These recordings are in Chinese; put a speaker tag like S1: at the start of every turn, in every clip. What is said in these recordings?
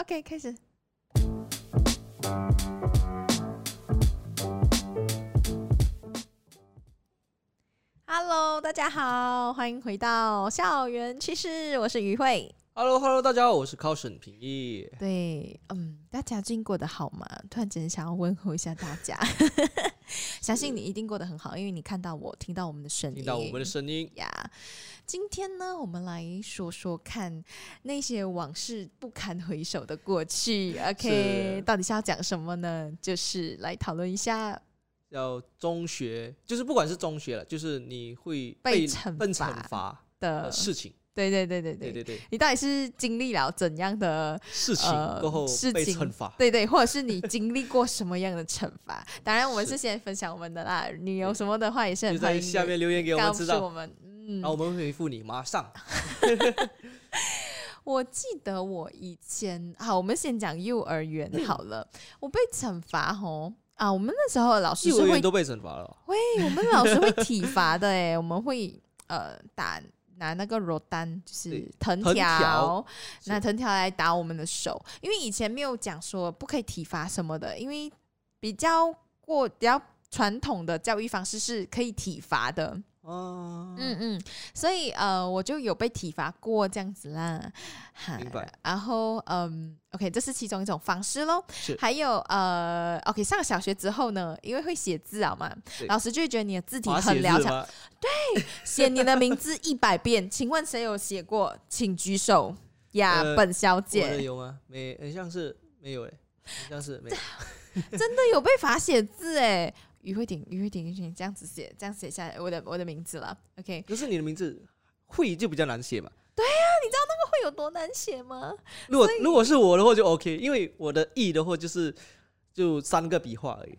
S1: OK，开始。Hello，大家好，欢迎回到校园趣事，我是于慧。
S2: Hello Hello，大家好，我是 Caution 平易。
S1: 对，嗯，大家最近过得好吗？突然间想要问候一下大家， 相信你一定过得很好，因为你看到我，听到我们的声音，
S2: 听到我们的声音，
S1: 呀。今天呢，我们来说说看那些往事不堪回首的过 去。OK，
S2: 是
S1: 到底是要讲什么呢？就是来讨论一下
S2: 要中学，就是不管是中学了，就是你会
S1: 被
S2: 被
S1: 惩
S2: 被
S1: 罚
S2: 惩罚
S1: 的，
S2: 的事情。
S1: 对对对对
S2: 对
S1: 对
S2: 对对，
S1: 你到底是经历了怎样的？
S2: 事情
S1: 呃
S2: 过后
S1: 事
S2: 被
S1: 情
S2: 惩罚。
S1: 对对，或者是你经历过什么样的惩罚？ 当然，我们是
S2: 是
S1: 先分享我们的啦。你有什么的话，也是
S2: 就
S1: 很欢
S2: 在
S1: 迎
S2: 下
S1: 你
S2: 面留言给我
S1: 告
S2: 们知
S1: 诉
S2: 道，
S1: 我嗯们。嗯
S2: 然，后我们会回复你，马上。
S1: 我记得我以前，好，我们先讲幼儿园好了。我被惩罚吼啊，我们那时候的老师
S2: 幼
S1: 是
S2: 儿
S1: 会
S2: 园，都被惩罚了，
S1: 会，我们老师会体罚的 诶，我们会呃打拿那个柔丹，就是
S2: 对
S1: 藤
S2: 藤
S1: 条
S2: 条，
S1: 拿藤条来打我们的手，因为以前没有讲说不可以体罚什么的，因为比较过比较传统的教育方式是可以体罚的。
S2: 啊，
S1: 嗯嗯，所以呃，我就有被体罚过这样子啦，哈
S2: 明白。
S1: 然后嗯，OK，这是其中一种方式喽
S2: 是。
S1: 还有呃，OK，上小学之后呢，因为会写字啊嘛，
S2: 对
S1: 老师就会觉得你的字体
S2: 罚
S1: 很
S2: 写
S1: 潦
S2: 字
S1: 草，
S2: 吗？
S1: 写你的名字一百遍。请问谁有写过？请举手呀，
S2: 呃
S1: 本小
S2: 我的
S1: 姐
S2: 有吗？没，很像是没有诶，很像是没有。
S1: 真的有被罚写字哎。于慧婷，于慧婷，于慧婷，这样子写，这样写下来我的我的名字了。OK，
S2: 可是你的名字会就比较难写嘛。
S1: 会有多难写吗？
S2: 如果如果是我的话就 OK，因为我的 E 的话就是就三个笔画而已。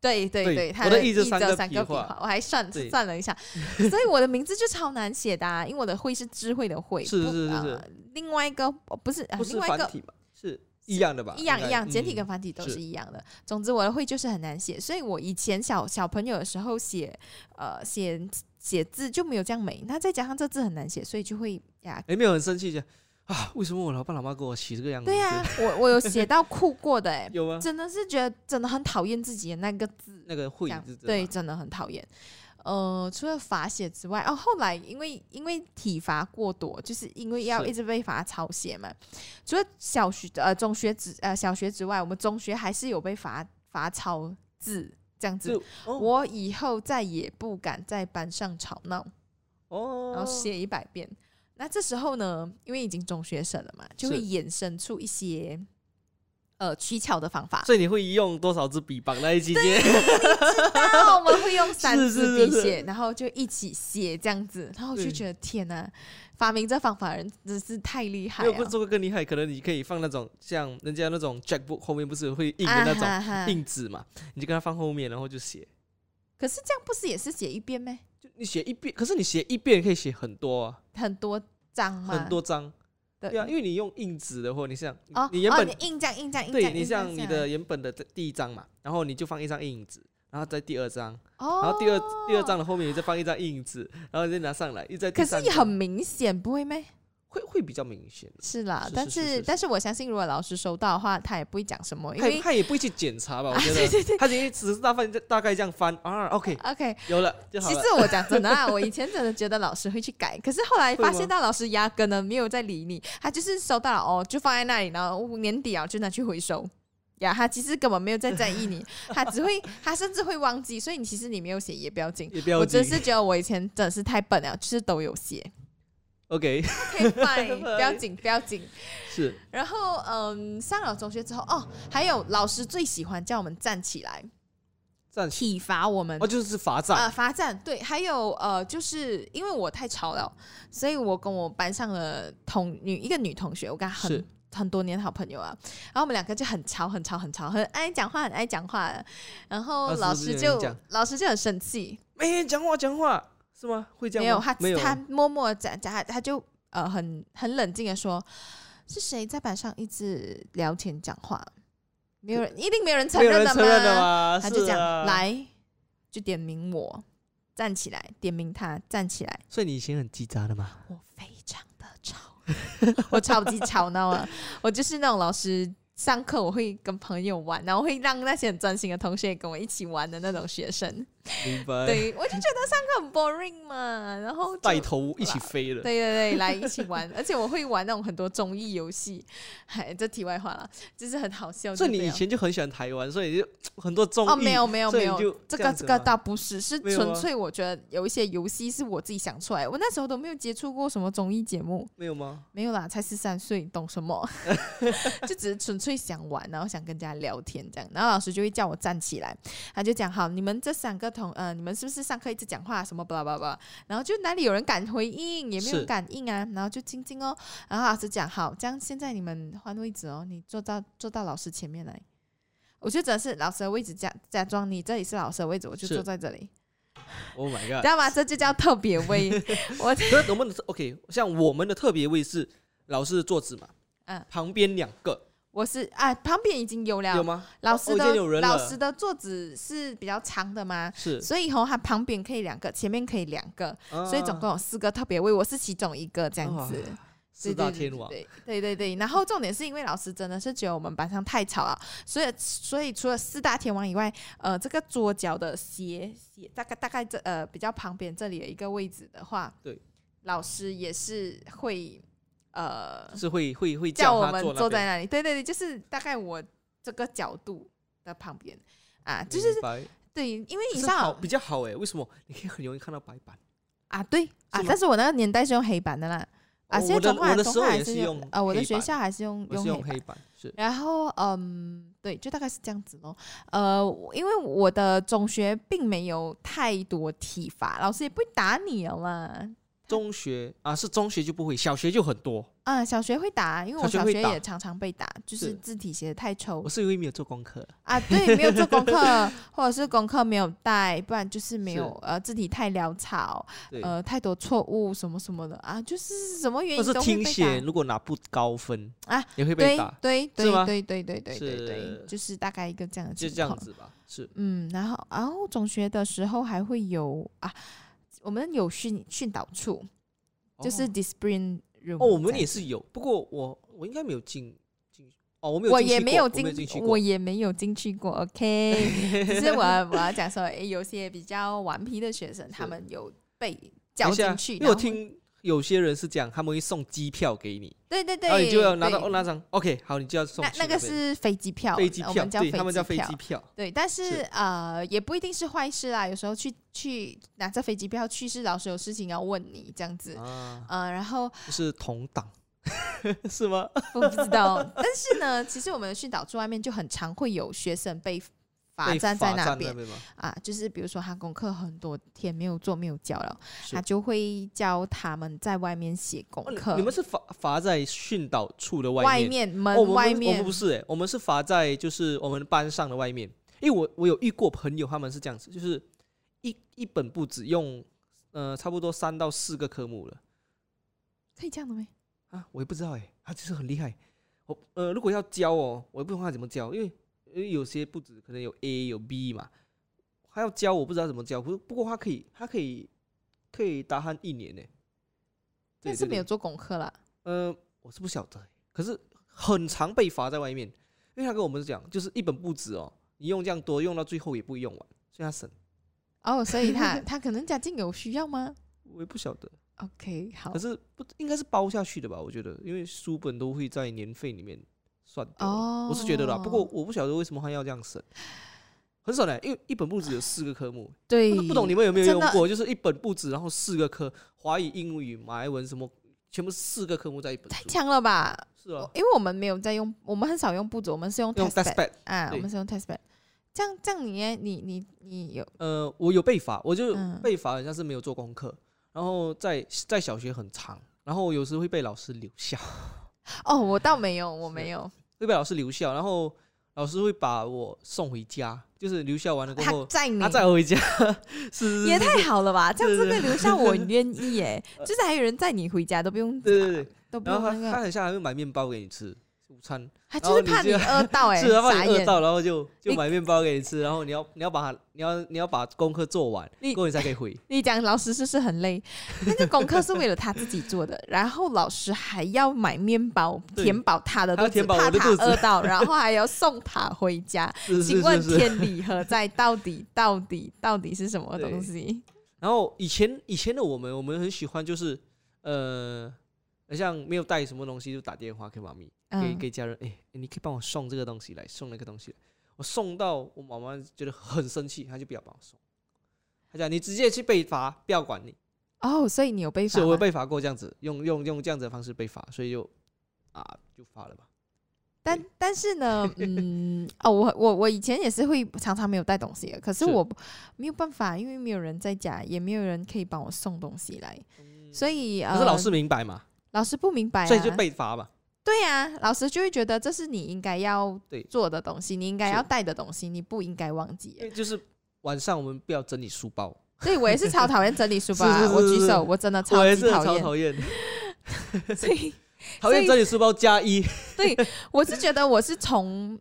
S1: 对对
S2: 对
S1: 对，他
S2: 我的
S1: 一
S2: 意
S1: 周
S2: 思
S1: 三
S2: 三个
S1: 个
S2: 笔画
S1: 我还算
S2: 对
S1: 算了一下，所以我的名字就超难写的、啊，因为我的“会”是智慧的“慧”，
S2: 是
S1: 不
S2: 是是
S1: 呃
S2: 是
S1: 另外一个哦不是，啊
S2: 不
S1: 另
S2: 是
S1: 外一
S2: 繁
S1: 个
S2: 体吧？是一样的吧？
S1: 一样
S2: 应该
S1: 一样，简体
S2: 嗯
S1: 跟繁体都
S2: 是
S1: 是一样的。总之，我的“会”就是很难写，所以我以前小小朋友的时候写呃写写字就没有这样美，那再加上这字很难写，所以就会呀。
S2: 哎，没有很生气一下啊？为什么我老爸老妈给我起这个样子？
S1: 对呀、啊我我有写到哭过 的哎、
S2: 有吗？
S1: 真的是觉得真的很讨厌自己的那个
S2: 那个会
S1: 这样
S2: 字的
S1: 对，
S2: 吗，
S1: 真的很讨厌。呃，除了罚写之外，哦，后来因为因为体罚过多，就是因为要
S2: 是
S1: 一直被罚抄写嘛。除了小学呃中学之呃小学之外，我们中学还是有被罚罚抄字这样子。
S2: 就哦
S1: 我以后再也不敢在班上吵闹，
S2: 哦，
S1: 然后写一百遍。那这时候呢，因为已经中学生了嘛，就会
S2: 是
S1: 衍生出一些呃取巧的方法。
S2: 所以你会用多少支笔绑在一起接？
S1: 然后我们会用三
S2: 是
S1: 支
S2: 是
S1: 笔
S2: 是
S1: 写，然后就一起写这样子，然后我就
S2: 对
S1: 觉得天哪、发明这方法的人真是太厉害啊
S2: 没有不
S1: 了
S2: 是。做过更厉害，可能你可以放那种像人家那种 jackbook 后面不是会印的那种
S1: 啊哈哈
S2: 硬纸嘛，你就跟它放后面，然后就写。
S1: 可是这样不是也是写一遍吗？
S2: 就你写一遍，可是你写一遍可以写很多啊，
S1: 很多张嘛，
S2: 很多张。
S1: 的
S2: 对啊，因为你用硬纸的话，你像你
S1: 哦，
S2: 你原
S1: 哦、
S2: 本
S1: 你印这样印这样印这
S2: 对
S1: 样，
S2: 你
S1: 印这样
S2: 像
S1: 这
S2: 你
S1: 样
S2: 的原本的第一张嘛，然后你就放一张硬纸，然后在第二张，
S1: 哦，
S2: 然后第二第二张的后面你再放一张硬纸，然后你再拿上来，又在第
S1: 可是
S2: 三
S1: 也
S2: 张。
S1: 很明显，不会咩？
S2: 会会比较明显，
S1: 是啦，
S2: 是是
S1: 但
S2: 是是是
S1: 但是我相信，如果老师收到的话，他也不会讲什么，因
S2: 他也
S1: 为
S2: 他也不会去 检查吧？我觉
S1: 对对
S2: 得他只是只是大概大概这样翻啊，OK，
S1: OK，
S2: 有了就好
S1: 其
S2: 了
S1: 实。我讲真的啊， 我以前真的觉得老师会去改，可是后来发现到老师压根呢没有在理你，他就是收到了哦，就放在那里，然后年底啊就拿去回收。呀，他其实根本没有在在意你，他只会，他甚至会忘记，所以你其实你没有写也不要紧。
S2: 也不要
S1: 我真
S2: 紧
S1: 是觉得我以前真的是太笨了，就是都有写。
S2: OK，
S1: OK，fine，不要紧，不要紧。
S2: 是
S1: 然后，嗯，上了中学之后，哦，还有老师最喜欢叫我们站起来
S2: 站起，
S1: 体罚我们
S2: 哦，就是罚
S1: 啊、
S2: 站，
S1: 罚站对，还有呃，就是因为我太吵了，所以我跟我班上的同女一个女同学，我跟她很
S2: 是
S1: 很多年好朋友啊，然后我们两个就很吵，很吵，很吵，很爱讲话，很爱讲话，然后老
S2: 老师
S1: 师
S2: 不是有
S1: 就
S2: 人讲
S1: 老师就很生气，
S2: 没人哎讲话讲话是吗？会这
S1: 没
S2: 样
S1: 有
S2: 吗
S1: 他
S2: 没有
S1: 他默默地讲讲，他他就呃很很冷静的说，是谁在班上一直聊天讲话？没有人，一定没有人承
S2: 没有
S1: 认
S2: 人
S1: 的
S2: 承认的
S1: 嘛
S2: 吗？
S1: 他就是讲、
S2: 啊，
S1: 来，就点名我站起来，点名他站起来。
S2: 所以你以前很叽喳的嘛？
S1: 我非常的吵，我超级吵闹啊！我就是那种老师上课我会跟朋友玩，然后会让那些很专心的同学也跟我一起玩的那种学生。
S2: 明白？
S1: 对，我就觉得上课很 boring 嘛，然 后就
S2: 带头一起飞了。
S1: 对对对，来一起玩， 而且我会玩那种很多综艺游戏。哎，这题外话了，就是很好笑。
S2: 所以
S1: 就
S2: 你
S1: 这
S2: 以
S1: 样
S2: 前就很喜欢台湾，所以就很多综艺。
S1: 哦，没有没有
S2: 所
S1: 没
S2: 以你就
S1: 有，这
S2: 这
S1: 个
S2: 样
S1: 这
S2: 子
S1: 个
S2: 吗
S1: 倒不是，是
S2: 没有
S1: 纯
S2: 吗
S1: 粹我觉得有一些游戏是我自己想出来，我那时候都没有接触过什么综艺节目，
S2: 没有吗？
S1: 没有啦，才十三岁，懂什么？ 就只是纯粹想玩，然后想跟大家聊天这样，然后老师就会叫我站起来，他就讲好，你们这三个同呃，你们是不是上课一直讲话什么巴拉巴拉巴拉，然后就哪里有人敢回应，也没有人
S2: 是
S1: 敢应啊，然后就静静哦，然后老师讲好，这样现在你们换位置哦，你坐到坐到老师前面来，我就真的是老师的位置假假装你这里是老师的位置，我就是坐在这里，
S2: Oh my
S1: 知
S2: god！
S1: 道吗？这就叫特别位，我
S2: 可是我们的 OK，像我们的特别位是老师的桌子嘛，
S1: 嗯
S2: 旁边两个
S1: 我是啊，旁边已经有了
S2: 有。吗？
S1: 老
S2: 哦
S1: 师
S2: 哦已
S1: 的、
S2: 经有人
S1: 老
S2: 了
S1: 师的桌子是比较长的嘛，
S2: 是，
S1: 所以吼、它旁边可以两个，前面可以两个，所以
S2: 啊
S1: 总共有四个特别位，我是其中一个这样子。
S2: 哇四大天王，
S1: 对对对对。然后重点是因为老师真的是觉得我们班上太吵了，啊所以所以除了四大天王以外，呃，这个桌角的斜斜大概大概这呃比较旁边这里的一个位置的话，
S2: 对，
S1: 老师也是会呃
S2: 是会会会
S1: 叫我
S2: 他
S1: 们
S2: 坐
S1: 坐
S2: 那
S1: 在
S2: 边。
S1: 那里。对对对，就是大概我这个角度的旁边啊，就是
S2: 明白
S1: 对，因为
S2: 可
S1: 你
S2: 嗯是
S1: 知道
S2: 好比较好哎，为什么你可以很容易看到白板？
S1: 啊，对啊
S2: 是，吗
S1: 但是我那个年代是用黑板的啦。啊，
S2: 哦
S1: 现在
S2: 我的
S1: 转过来
S2: 我的
S1: 转
S2: 时
S1: 过
S2: 候
S1: 来
S2: 也
S1: 是
S2: 是
S1: 用
S2: 用
S1: 呃，我的
S2: 黑
S1: 学
S2: 板
S1: 校还是用
S2: 我是用
S1: 黑板
S2: 黑板，是
S1: 然后嗯，对，就大概是这样子咯。呃，我因为我的中学并没有太多体罚，老师也不会打你了嘛。
S2: 中学啊，是中学就不会，小学就很多。
S1: 啊，小学会打，因为我
S2: 小学
S1: 小
S2: 会
S1: 学
S2: 打
S1: 也常常被打，就是
S2: 是
S1: 字体写的太丑
S2: 我是因为没有做功课，
S1: 啊。对，没有做 功课，或者是功课没有带，不然就是没
S2: 是
S1: 有呃字体太潦草，
S2: 对，
S1: 呃太多错误什么什么的啊，就是什么原
S2: 或
S1: 因
S2: 是
S1: 都会
S2: 听
S1: 被
S2: 写
S1: 打。
S2: 如果拿不高分
S1: 啊，
S2: 也会被
S1: 对
S2: 打，
S1: 对
S2: 是
S1: 对
S2: 吗
S1: 对对对对对对
S2: 是，
S1: 就是大概一个这样的
S2: 就
S1: 情
S2: 这样
S1: 况
S2: 子吧。是
S1: 嗯，然后然后中学的时候还会有啊，我们有训训导处，就是 discipline room
S2: 哦哦，我们
S1: 这
S2: 也
S1: 样
S2: 是有，不过我我应该没有进进哦，我没有
S1: 我
S2: 进
S1: 也
S2: 去
S1: 没
S2: 过
S1: 有
S2: 我
S1: 进，
S2: 进去
S1: 我
S2: 过。
S1: 也没有进去过。OK，只是我要我要讲说，诶，有些比较顽皮的学生，他
S2: 是
S1: 们有被
S2: 等
S1: 叫
S2: 一下
S1: 进去，
S2: 因为我
S1: 然后
S2: 听有些人是讲他们会送机票给你，
S1: 对对对，
S2: 然后你就要拿到
S1: 对
S2: 哦那张 OK，好，你就要送
S1: 那
S2: 去
S1: 那个
S2: 边
S1: 是飞机票，
S2: 飞机
S1: 我
S2: 票，
S1: 们叫
S2: 对他们叫飞
S1: 票
S2: 机。票，
S1: 对，但是
S2: 是
S1: 呃，也不一定是坏事啦。有时候去去拿着飞机票去，是老师有事情要问你这样子。
S2: 啊，
S1: 呃，然后
S2: 就是同党 是吗？
S1: 我不知道，但是呢，其实我们的训导处外面就很常会有学生被罚
S2: 被
S1: 站在
S2: 哎罚
S1: 那
S2: 站
S1: 边
S2: 边吗？
S1: 啊，就是比如说他功课很多天没有做没有交了，
S2: 是
S1: 他就会教他们在外面写功
S2: 哦你
S1: 课。
S2: 你们是罚罚在训导处的
S1: 外
S2: 面？
S1: 面
S2: 哦我
S1: 门呃
S2: 们
S1: 外
S2: 不是我们
S1: 面
S2: 不是哎、我们是罚在就是我们班上的外面，因为我我有遇过朋友他们是这样子，就是一一本簿只用呃差不多三到四个科目了
S1: 可以这样的没？
S2: 啊，我也不知道哎、他就是很厉害。我呃如果要教哦，我也不懂他怎么教，因为因为有些不止可能有 A 有 B 嘛，他要教我不知道怎么教，不不过他可以他可以可以打鼾一年呢、对
S1: 但是
S2: 对
S1: 没有
S2: 对
S1: 做功课啦。
S2: 呃，我是不晓得欸，可是很常被罚在外面，因为他跟我们讲，就是一本不止哦，你用这样多，用到最后也不会用完，所以他省。
S1: 哦，所以 他他可能家境有需要吗
S2: 我也不晓得，
S1: ？OK，好
S2: 可。是不应该是包下去的吧？我觉得，因为书本都会在年费里面算掉了，
S1: 哦，
S2: 我是觉得啦。不过我不晓得为什么他要这样省，很少嘞，因为一本不止有四个科目，
S1: 对
S2: 不，不懂你们有没有
S1: 真
S2: 用
S1: 的
S2: 过？就是一本不止，然后四个科，华语、英语、马来文什么，全部四个科目在一本
S1: 太
S2: 书。
S1: 强了吧？
S2: 是啊，
S1: 因为我们没有在用，我们很少用步骤，我们是用
S2: 用
S1: test bed
S2: Deskpad
S1: 啊，我
S2: 对
S1: 们是用 test bed。这样这样你耶，你你你有
S2: 呃，我有被罚，我就
S1: 嗯
S2: 被罚，好像是没有做功课，然后在在小学很长，然后有时会被老师留校，
S1: 哦，我倒没有，我没有。
S2: 会被老师留校，然后老师会把我送回家，就是留校完了过
S1: 他
S2: 后，
S1: 载你
S2: 他，载我回家，是
S1: 也
S2: 是，
S1: 太好了吧？这样
S2: 对
S1: 这个留下我很愿意 耶，就是还有人载你回家都不用，
S2: 对对对，
S1: 都不
S2: 然
S1: 用
S2: 后
S1: 那
S2: 他他
S1: 个。
S2: 很像还会买面包给你吃，午餐，
S1: 他就是怕你饿 到哎、
S2: 吃了
S1: 傻
S2: 饭你饿
S1: 眼。
S2: 到，然后就就
S1: 你
S2: 买面包给你吃，然后你要你要把它你要你要把功课做完，
S1: 你
S2: 过后你才可以回。
S1: 你讲老师是不是很累？那个功课是为了他自己做的，然后老师还要买面包
S2: 对
S1: 填饱他的肚
S2: 还要
S1: 子，
S2: 填饱
S1: 怕
S2: 我的
S1: 他
S2: 肚子
S1: 饿 到，然后还要送他回家。
S2: 是是
S1: 请问
S2: 是是。
S1: 天理何在？到底到底到底是什么东西？
S2: 然后以前以前的我们，我们很喜欢就是呃，好像没有带什么东西就打电话给妈咪，给
S1: 嗯，
S2: 给家人，哎、你可以帮我送这个东西来，送那个东西来。我送到我妈妈觉得很生气，她就不要帮我送，她讲你直接去被罚，不要管你。
S1: 哦，所以你有被罚
S2: 所以我
S1: 吗？
S2: 被罚过这样子，用用用这样子的方式被罚，所以就啊就罚了吧。
S1: 但但是 呢，嗯，哦，我我我以前也是会常常没有带东西的，可是
S2: 是
S1: 我没有办法，因为没有人在家，也没有人可以帮我送东西来，所以
S2: 嗯可
S1: 呃，
S2: 是老师明白嘛，
S1: 老师不明白、啊，
S2: 所以就被罚嘛。
S1: 对呀、老师就会觉得这是你应该要
S2: 对
S1: 做的东西，你应该
S2: 是
S1: 要带的东西，你不应该忘记
S2: 因。为就是晚上我们不要整理书包，
S1: 所以我也是超讨厌整理书包、啊，
S2: 是是是
S1: 我
S2: 是
S1: 举
S2: 是
S1: 手，我真的
S2: 我
S1: 超
S2: 也
S1: 级
S2: 是
S1: 讨
S2: 超
S1: 厌。
S2: 讨厌，
S1: 所以
S2: 讨厌整理书包加一。
S1: 我是觉得我是从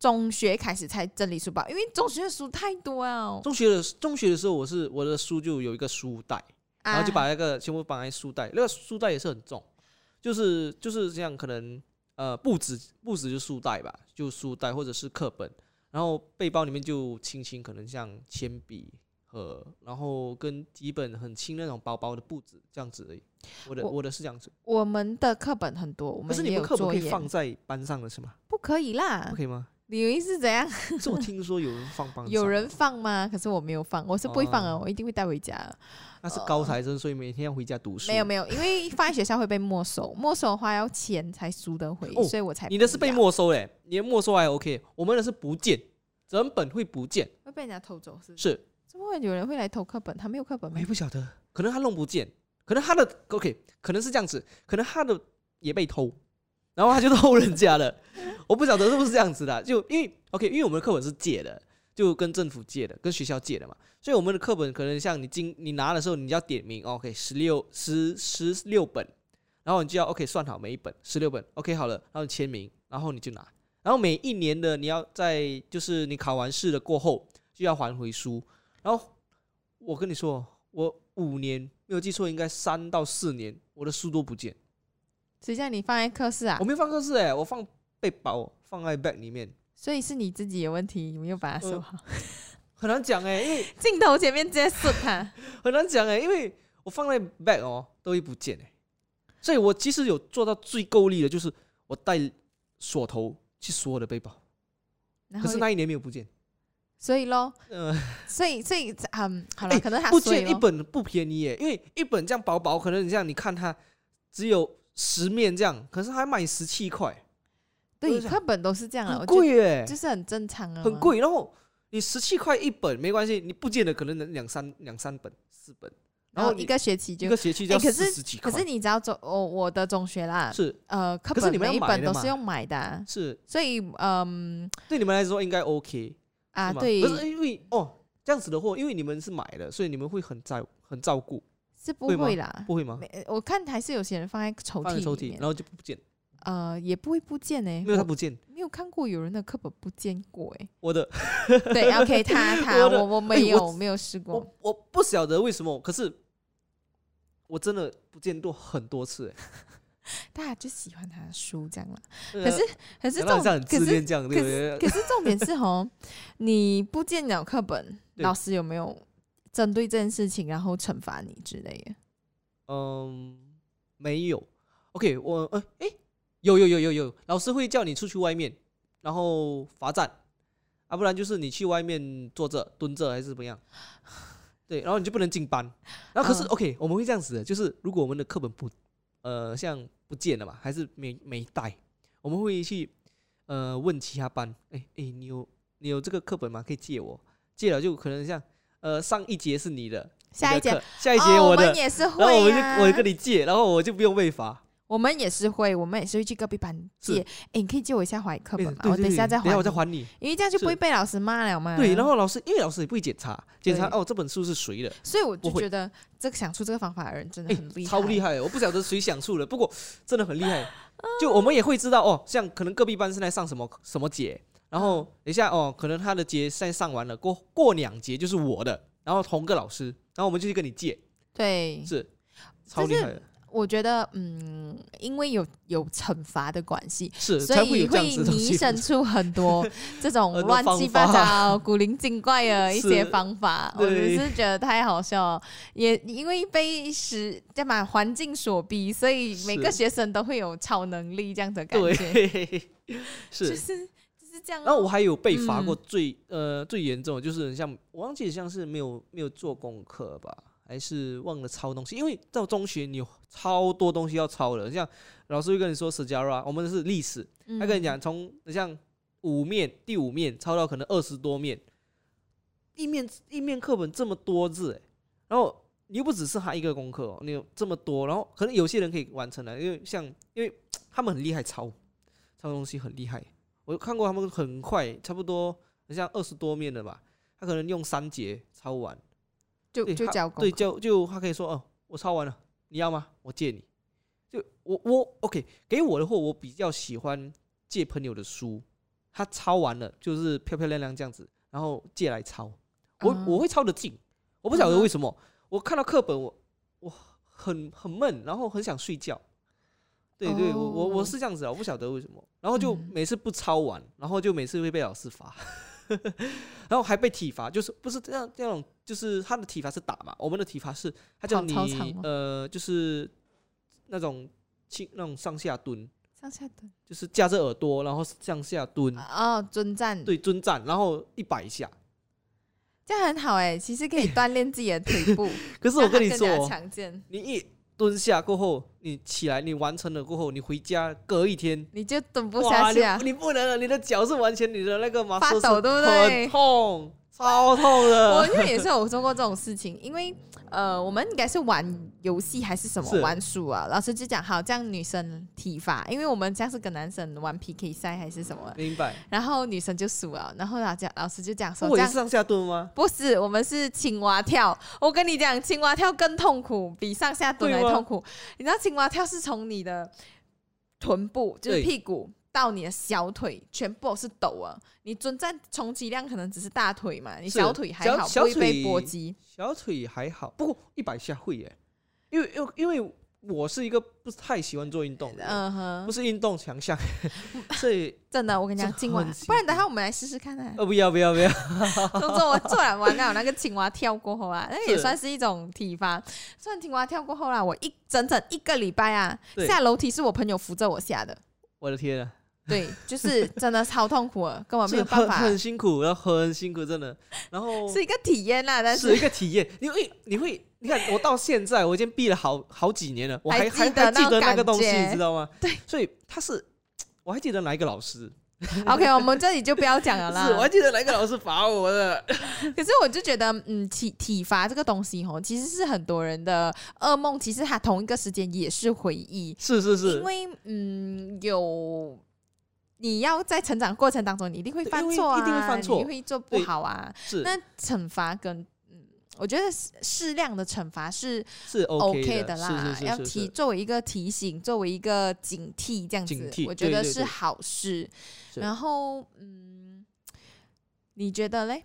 S1: 中学开始才整理书包，因为中学的书太多了
S2: 中学的中学的时候，我是我的书就有一个书袋，
S1: 啊，
S2: 然后就把那个全部绑在书袋，那个书袋也是很重，就是就是这样，可能呃不止不止就书袋吧，就书袋或者是课本，然后背包里面就轻轻可能像铅笔和然后跟几本很轻那种薄薄的簿子这样子而已。我的
S1: 我
S2: 我的是这样子，
S1: 我们的课本很多，我
S2: 可
S1: 们
S2: 是你
S1: 也
S2: 们
S1: 有
S2: 课本
S1: 作
S2: 可以
S1: 业，啊
S2: 放在班上的是吗？
S1: 不可以啦
S2: 不。可以吗？
S1: 你以为是怎样？
S2: 可是我听说有人放班上，
S1: 有人放吗？可是我没有放，我是不会放啊，
S2: 哦
S1: 我一定会带回家。
S2: 那是高材生，所以每天要回家读书。
S1: 呃没有没有，因为放在学校会被没收， 没收的话要钱才赎得回，
S2: 哦
S1: 所以我才
S2: 你的是被
S1: 不要
S2: 没收嘞，你的没收还 OK，我们的是不见，整本会不见，
S1: 会被人家偷走，是不是？
S2: 是
S1: 怎么会有人会来偷课本？他没有课本
S2: 我
S1: 吗
S2: 也？哎不晓得，可能他弄不见，可能他的 OK，可能是这样子，可能他的也被偷，然后他就偷人家了，我不晓得是不是这样子的，就因为 OK，因为我们的课本是借的，就跟政府借的，跟学校借的嘛，所以我们的课本可能像你今你拿的时候，你要点名 OK，十六十十六本，然后你就要 OK 算好每一本十六本 OK 好了，然后你签名，然后你就拿，然后每一年的你要在就是你考完试了过后就要还回书，然后我跟你说，我五年没有记错，应该三到四年，我的书都不见。
S1: 谁叫你放在课室啊
S2: 我？没有放课室哎、我放背包，放在 bag 里面，
S1: 所以是你自己有问题，你没有把它收
S2: 哦
S1: 好。
S2: 很难讲哎、因为
S1: 镜头前面直接射 他，
S2: 很难讲哎、因为我放在 bag 哦，都会不见哎、所以我其实有做到最够力的，就是我带锁头去锁我的背包，
S1: 然
S2: 可
S1: 后
S2: 是那一年没有不见，
S1: 所以咯，
S2: 呃，
S1: 所以所以嗯，好了，
S2: 哎
S1: 可能他
S2: 不
S1: 衰
S2: 见一
S1: 咯。
S2: 本不便宜耶、因为一本这样薄薄，可能你像你看它只有十面这样，可是还卖十七块，
S1: 对，
S2: 我就想
S1: 课本都是这样了，啊
S2: 很
S1: 我觉
S2: 贵耶、
S1: 得就是很正常啊，
S2: 很。贵。然后你十七块一本没关系，你不见得可能能两三两三本四本，
S1: 然
S2: 然
S1: 后
S2: 后
S1: 一个学期
S2: 一
S1: 就
S2: 个，学期就
S1: 哎
S2: 要
S1: 可
S2: 四
S1: 是
S2: 十几块。
S1: 可是你知道中我我的中学啦，
S2: 是
S1: 呃，课
S2: 可是
S1: 本
S2: 你们要
S1: 每一
S2: 买
S1: 本
S2: 的
S1: 都
S2: 嘛
S1: 是用买的啊，
S2: 是，
S1: 所以嗯
S2: 对你们来说应该 OK
S1: 啊，
S2: 是吗
S1: 对，
S2: 可是因为哦这样子的货，因为你们是买的，所以你们会很在很照顾，
S1: 是不
S2: 会吗
S1: 会啦，
S2: 不会吗
S1: 没？呃我看还是有些人放在抽
S2: 放在抽
S1: 屉里
S2: 屉，
S1: 面，
S2: 然后就不见，
S1: 呃，也不会不见呢、
S2: 没有它
S1: 我
S2: 不见。
S1: 没有看过有人的课本不见过哎、
S2: 我的
S1: 对，OK，他 他
S2: 我的
S1: 我我没
S2: 哎
S1: 有、
S2: 我
S1: 没有试过
S2: 我我不晓得为什么，可是我真的不见过很多次、欸。
S1: 大家就喜欢他的书这样啦。
S2: 可
S1: 可是可是这
S2: 哎这样
S1: 种
S2: 很
S1: 可
S2: 自
S1: 是
S2: 恋这样，对
S1: 可
S2: 不对？
S1: 可是重点是哦，你不见了课本，
S2: 对
S1: 老师有没有针对这件事情然后惩罚你之类的？
S2: 嗯，没有。OK，我呃，诶，有有有有有，老师会叫你出去外面，然后罚站，啊，不然就是你去外面坐着、蹲着还是怎么样。对，然后你就不能进班。然后可是、
S1: 嗯
S2: OK，我们会这样子的，就是如果我们的课本不，呃，像不见了嘛，还是没没带，我们会去呃问其他班，诶诶，你有你有这个课本吗？可以借我。借了就可能像呃上一节是你的，你
S1: 下
S2: 的
S1: 一节
S2: 课，下一节
S1: 哦、我
S2: 的
S1: 们也是
S2: 然后我
S1: 会
S2: 们
S1: 啊，
S2: 就我跟你借，然后我就不用被罚。
S1: 我们也是会，我们也是会去隔壁班借。哎，你可以借我一下怀课本
S2: 哎
S1: 吗？
S2: 对
S1: 我等一下再
S2: 对对
S1: 还
S2: 等
S1: 你，
S2: 我再还你。
S1: 因为这样就不会被老师骂了嘛。
S2: 对，然后老师，因为老师也不会检查，检查
S1: 对
S2: 哦，这本书是谁的？
S1: 所以我就
S2: 我会
S1: 觉得这个想出这个方法的人真的
S2: 哎
S1: 很厉害，
S2: 超厉害！我不晓得谁想出的，不过真的很厉害。就我们也会知道哦，像可能隔壁班是在上什么什么节，然后
S1: 嗯
S2: 等一下哦，可能他的节现在上完了，过过两节就是我的，然后同个老师，然后我们就去跟你借，
S1: 对，
S2: 是超厉害的，
S1: 我觉得嗯，因为有有惩罚的关系，
S2: 是
S1: 所
S2: 才会
S1: 以
S2: 有这
S1: 会
S2: 样子的东
S1: 拟
S2: 西。
S1: 生出很 多这种
S2: 很多
S1: 乱
S2: 方
S1: 七八
S2: 法
S1: 糟、古灵精怪的一些
S2: 是
S1: 方法，我只
S2: 对
S1: 是觉得太好笑了。也因为被时对嘛环境所逼，所以每个
S2: 是
S1: 学生都会有超能力这样的感觉，
S2: 对，。
S1: 就是是就 是这样咯。
S2: 然后我还有被罚过
S1: 嗯
S2: 最、呃最严重的，就是很像我忘记像是没有没有做功课吧，还是忘了抄东西。因为到中学你有超多东西要抄的，像老师会跟你说 s e j a r a 我们是历史，
S1: 嗯
S2: 他跟你讲从像五面第五面抄到可能二十多面，一面一面课本这么多字、欸，然后你又不只是他一个功课、哦，你有这么多，然后可能有些人可以完成了，因为哦像因为他们很厉害抄抄东西很厉害，我看过他们很快，差不多很像二十多面的吧，他可能用三节抄完，
S1: 就
S2: 对
S1: 就
S2: 他
S1: 教功
S2: 对，
S1: 课，
S2: 就就他可以说哦，我抄完了，你要吗？我借你。就我我 OK，给我的话，我比较喜欢借朋友的书，他抄完了就是漂漂亮亮这样子，然后借来抄。我、
S1: 啊
S2: 我会抄得进，我不
S1: 嗯
S2: 晓得
S1: 哼
S2: 为什么，我看到课本我我很很闷，然后很想睡觉。对对，我我
S1: 哦
S2: 我是这样子啊，我不晓得为什么，然后就
S1: 嗯
S2: 每次不抄完，然后就每次会被老师罚， 然后还被体罚，就是不是这样这样，就是他的体罚是打嘛，我们的体罚是他叫
S1: 跑
S2: 你
S1: 操场吗
S2: 呃，就是那种轻那种上下蹲，
S1: 上下蹲
S2: 就是夹着耳朵，然后向下蹲，
S1: 哦，尊站，
S2: 嗯对，蹲站，然后一百下。
S1: 这样很好哎，其实可以锻炼自己的腿部，
S2: 可 是我
S1: 让它
S2: 跟 你
S1: 更
S2: 说
S1: 加
S2: 哦，
S1: 强健，
S2: 你一蹲下过后，你起来，你完成了过后，你回家隔一天，
S1: 你就蹲不
S2: 哇
S1: 下去啊
S2: 你，你不能了，你的脚是完全你的那个麻
S1: 发
S2: 是
S1: 抖对不对
S2: 很痛，超痛 的。
S1: 我因为也是有做过这种事情，因为呃，我们应该是玩游戏还是什么
S2: 是
S1: 玩输啊？老师就讲好，这样女生体罚，因为我们这样是跟男生玩 PK 赛还是什么，
S2: 明白？哦
S1: 然后女生就输了，然后老讲老师就讲说
S2: 我
S1: 这
S2: 也
S1: 样
S2: 是。上下蹲吗？
S1: 不是，我们是青蛙跳。我跟你讲，青蛙跳更痛苦，比上下蹲还
S2: 对吗
S1: 痛苦。你知道青蛙跳是从你的臀部，就是
S2: 对
S1: 屁股到你的小腿，全部都是抖啊。你蹲站充其量可能只是大腿嘛，你
S2: 是
S1: 小腿还
S2: 小
S1: 好，
S2: 小
S1: 不会被
S2: 腿
S1: 波及。
S2: 小腿还好，不过一百下会耶，因为因为因为我是一个不太喜欢做运动的人，
S1: 嗯哼
S2: 不，是运动强 项，所以
S1: 真的，我跟你讲，
S2: 这
S1: 今晚
S2: 很辛，苦
S1: 不然等下我们来试试 看啊。
S2: 呃不要不要不要，
S1: 总之我做了完了那个青蛙跳过后啊，那也
S2: 是
S1: 算是一种体罚。虽然青蛙跳过后啦，我一整整一个礼拜啊，
S2: 对
S1: 下楼梯是我朋友扶着我下的。
S2: 我的天啊，
S1: 对，就是真的超痛苦了，根本哦没
S2: 是
S1: 有办
S2: 很
S1: 法，
S2: 很辛苦，然后很辛苦，真的，然后
S1: 是一个体验啦。但
S2: 是
S1: 是
S2: 一个体验，因为你会你看我到现在我已经毕了好好几年了，我
S1: 还
S2: 还还
S1: 记得
S2: 还记
S1: 那
S2: 得
S1: 种
S2: 那个
S1: 感
S2: 东西，
S1: 觉
S2: 你知道吗？
S1: 对，
S2: 所以他是我还记得哪一个老师，
S1: OK，我们这里就不要讲了
S2: 是我还
S1: 啦。
S2: 记得哪一个老师罚我的，
S1: 可是我就觉得，嗯，体体罚这个东西吼，其实是很多人的噩梦，其实它同一个时间也是回忆，
S2: 是是是
S1: 因，为嗯有。你要在成长过程当中，你一定会
S2: 对
S1: 犯
S2: 因为
S1: 错啊，
S2: 一定会犯错
S1: 你会做不
S2: 对
S1: 好啊。
S2: 是
S1: 那惩罚跟嗯，我觉得适适量的惩罚是
S2: 是
S1: OK
S2: 的
S1: 啦，
S2: 是是是
S1: 要
S2: 是是
S1: 提作为一个提醒，作为一个警惕，这样
S2: 警
S1: 子
S2: 惕，
S1: 我觉
S2: 对
S1: 得
S2: 对
S1: 是
S2: 对
S1: 好事。
S2: 是
S1: 然后，嗯，你觉得嘞？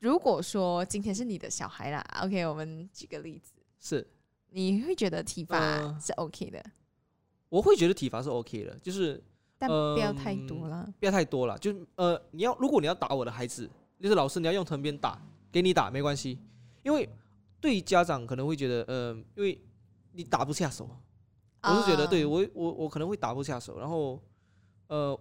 S1: 如果说今天是你的小孩啦，OK，我们举个例子，
S2: 是，
S1: 你会觉得体罚
S2: 呃
S1: 是 OK 的，
S2: 我会觉得体罚是 OK 的，就是
S1: 但不要太
S2: 嗯
S1: 多啦。
S2: 不要太多了，就是呃，你要如果你要打我的孩子，就是老师你要用藤鞭打，给你打没关系，因为对于家长可能会觉得，呃，因为你打不下手，我是觉得
S1: 啊
S2: 对我我我可能会打不下手，然后呃，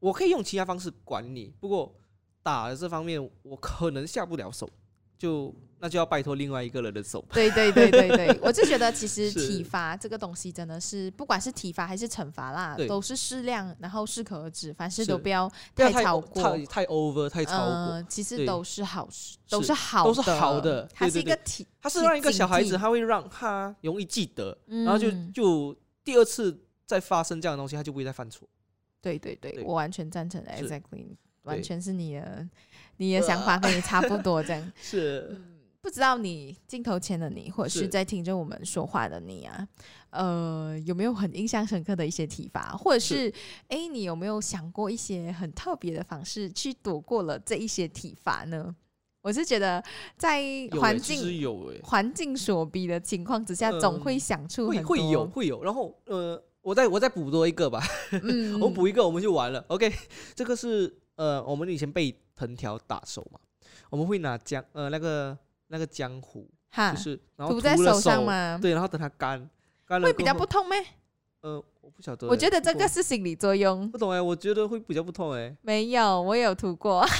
S2: 我可以用其他方式管你，不过打的这方面我可能下不了手，就那就要拜托另外一个人的手。
S1: 对对对对对，我就觉得其实
S2: 是
S1: 体罚这个东西真的是，不管是体罚还是惩罚啦，
S2: 对
S1: 都是适量，然后适可而止，凡事都
S2: 是
S1: 不要
S2: 不要
S1: 太超过，
S2: 太太 over 太超过，
S1: 呃，其实
S2: 对
S1: 都是好事，
S2: 是
S1: 都是好
S2: 都是好的
S1: 它
S2: 对
S1: 是一
S2: 对
S1: 个体，
S2: 他是让一个小孩
S1: 警
S2: 子，
S1: 惕
S2: 他会让他容易记得，
S1: 嗯
S2: 然后就就第二次再发生这样的东西，他就不会再犯错。
S1: 对对对，
S2: 对
S1: 我完全赞成
S2: 是
S1: ，exactly，完全是你的你的想法跟你差不多这 样。
S2: 是，
S1: 不知道你镜头前的你，或者是
S2: 是
S1: 在听着我们说话的你啊，呃，有没有很印象深刻的一些提法，或者是诶，你有没有想过一些很特别的方式去躲过了这一些体罚呢？我是觉得在
S2: 有欸
S1: 环
S2: 其
S1: 境、
S2: 实有诶、
S1: 环境所逼的情况之下，
S2: 嗯
S1: 总会想出
S2: 会
S1: 很
S2: 会
S1: 多
S2: 有，会有。然后呃，我再我再补多一个吧，
S1: 嗯，
S2: 我补一个我们就完了。OK，这 个是呃，我们以前被藤条打手嘛，我们会拿浆呃那个那个浆糊，
S1: 哈
S2: 就，是然
S1: 啊
S2: 后
S1: 涂在
S2: 了
S1: 手上嘛，
S2: 对，然后等它干，干了
S1: 会比
S2: 过
S1: 较
S2: 后
S1: 不痛咩？
S2: 呃，我不晓得欸，
S1: 我觉得
S2: 不
S1: 这
S2: 过
S1: 个是心理作用
S2: 不。懂哎、我觉得会比较不痛哎、
S1: 没有，我有涂
S2: 哦
S1: 过。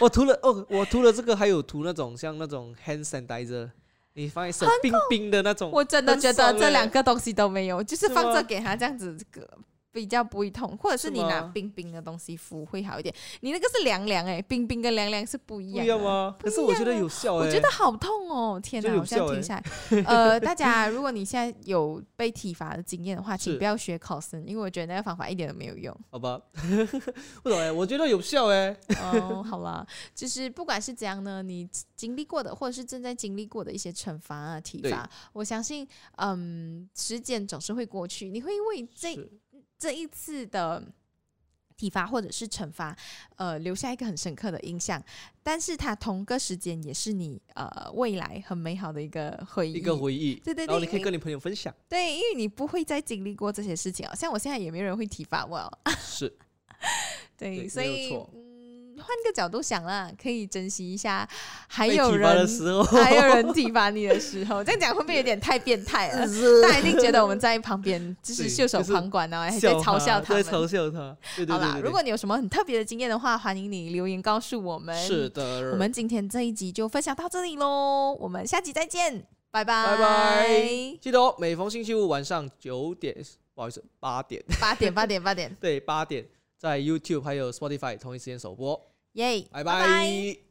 S2: 我涂了哦，我涂了这个，还有涂那种像那种 hand sanitizer，你放在手冰冰的那种，
S1: 我真的
S2: 很
S1: 觉得
S2: 爽
S1: 这
S2: 欸
S1: 两个东西都没有，就是
S2: 是
S1: 放这
S2: 吗
S1: 给他这样子，这个比较不会痛，或者是
S2: 是
S1: 你拿
S2: 吗
S1: 冰冰的东西敷会好一点。你那个是凉凉哎，冰冰跟凉凉是不一
S2: 不
S1: 样
S2: 一
S1: 的
S2: 样？吗？
S1: 不
S2: 可是
S1: 一
S2: 我
S1: 样
S2: 觉得
S1: 啊
S2: 有效哎、
S1: 我觉得好痛哦！天
S2: 觉
S1: 哪，
S2: 得有
S1: 我这样
S2: 效
S1: 听
S2: 欸
S1: 下来，呃，大家如果你现在有被体罚的经验的话，请
S2: 是
S1: 不要学考生，因为我觉得那个方法一点都没有用。
S2: 好吧， 不懂哎、我觉得有效哎、
S1: 哦，好啦，就是不管是怎样呢，你经历过的或者是正在经历过的一些惩罚啊、体
S2: 对
S1: 罚，我相信，嗯，时间总是会过去，你会因为这
S2: 是
S1: 这一次的体罚或者是惩罚，呃，留下一个很深刻的印象。但是它同个时间也是你呃未来很美好的一个回忆。
S2: 一个回忆，
S1: 对对对
S2: 然后你
S1: 因
S2: 可以
S1: 为
S2: 跟你朋友分享，
S1: 对，因为你不会再经历过这些事情哦，像我现在也没有人会体罚我哦、
S2: 是
S1: 对，
S2: 对
S1: 所
S2: 没有
S1: 以
S2: 错
S1: 嗯，换个角度想啦，可以珍惜一下， 还
S2: 被
S1: 有
S2: 体罚
S1: 人
S2: 的时候，
S1: 还有 人体罚你的时候，这样讲会不会有点太变态了？
S2: 是
S1: 大家一定觉得我们在旁边就是
S2: 对
S1: 袖手
S2: 就是
S1: 旁观啊，还在嘲笑他
S2: 在嘲
S1: 们。
S2: 笑他，对对
S1: 好
S2: 对
S1: 啦，
S2: 对
S1: 如果你有什么很特别的经验的话，欢迎你留言告诉我们。
S2: 对是，的，
S1: 我们今天这一集就分享到这里喽，我们下集再见，拜拜
S2: 拜拜记得哦，每逢星期五晚上九点，不好意思，八点，
S1: 八点八点八点，
S2: 对，八点在 YouTube 还有 Spotify 同一时间首播，
S1: 耶，
S2: 拜
S1: 拜
S2: 拜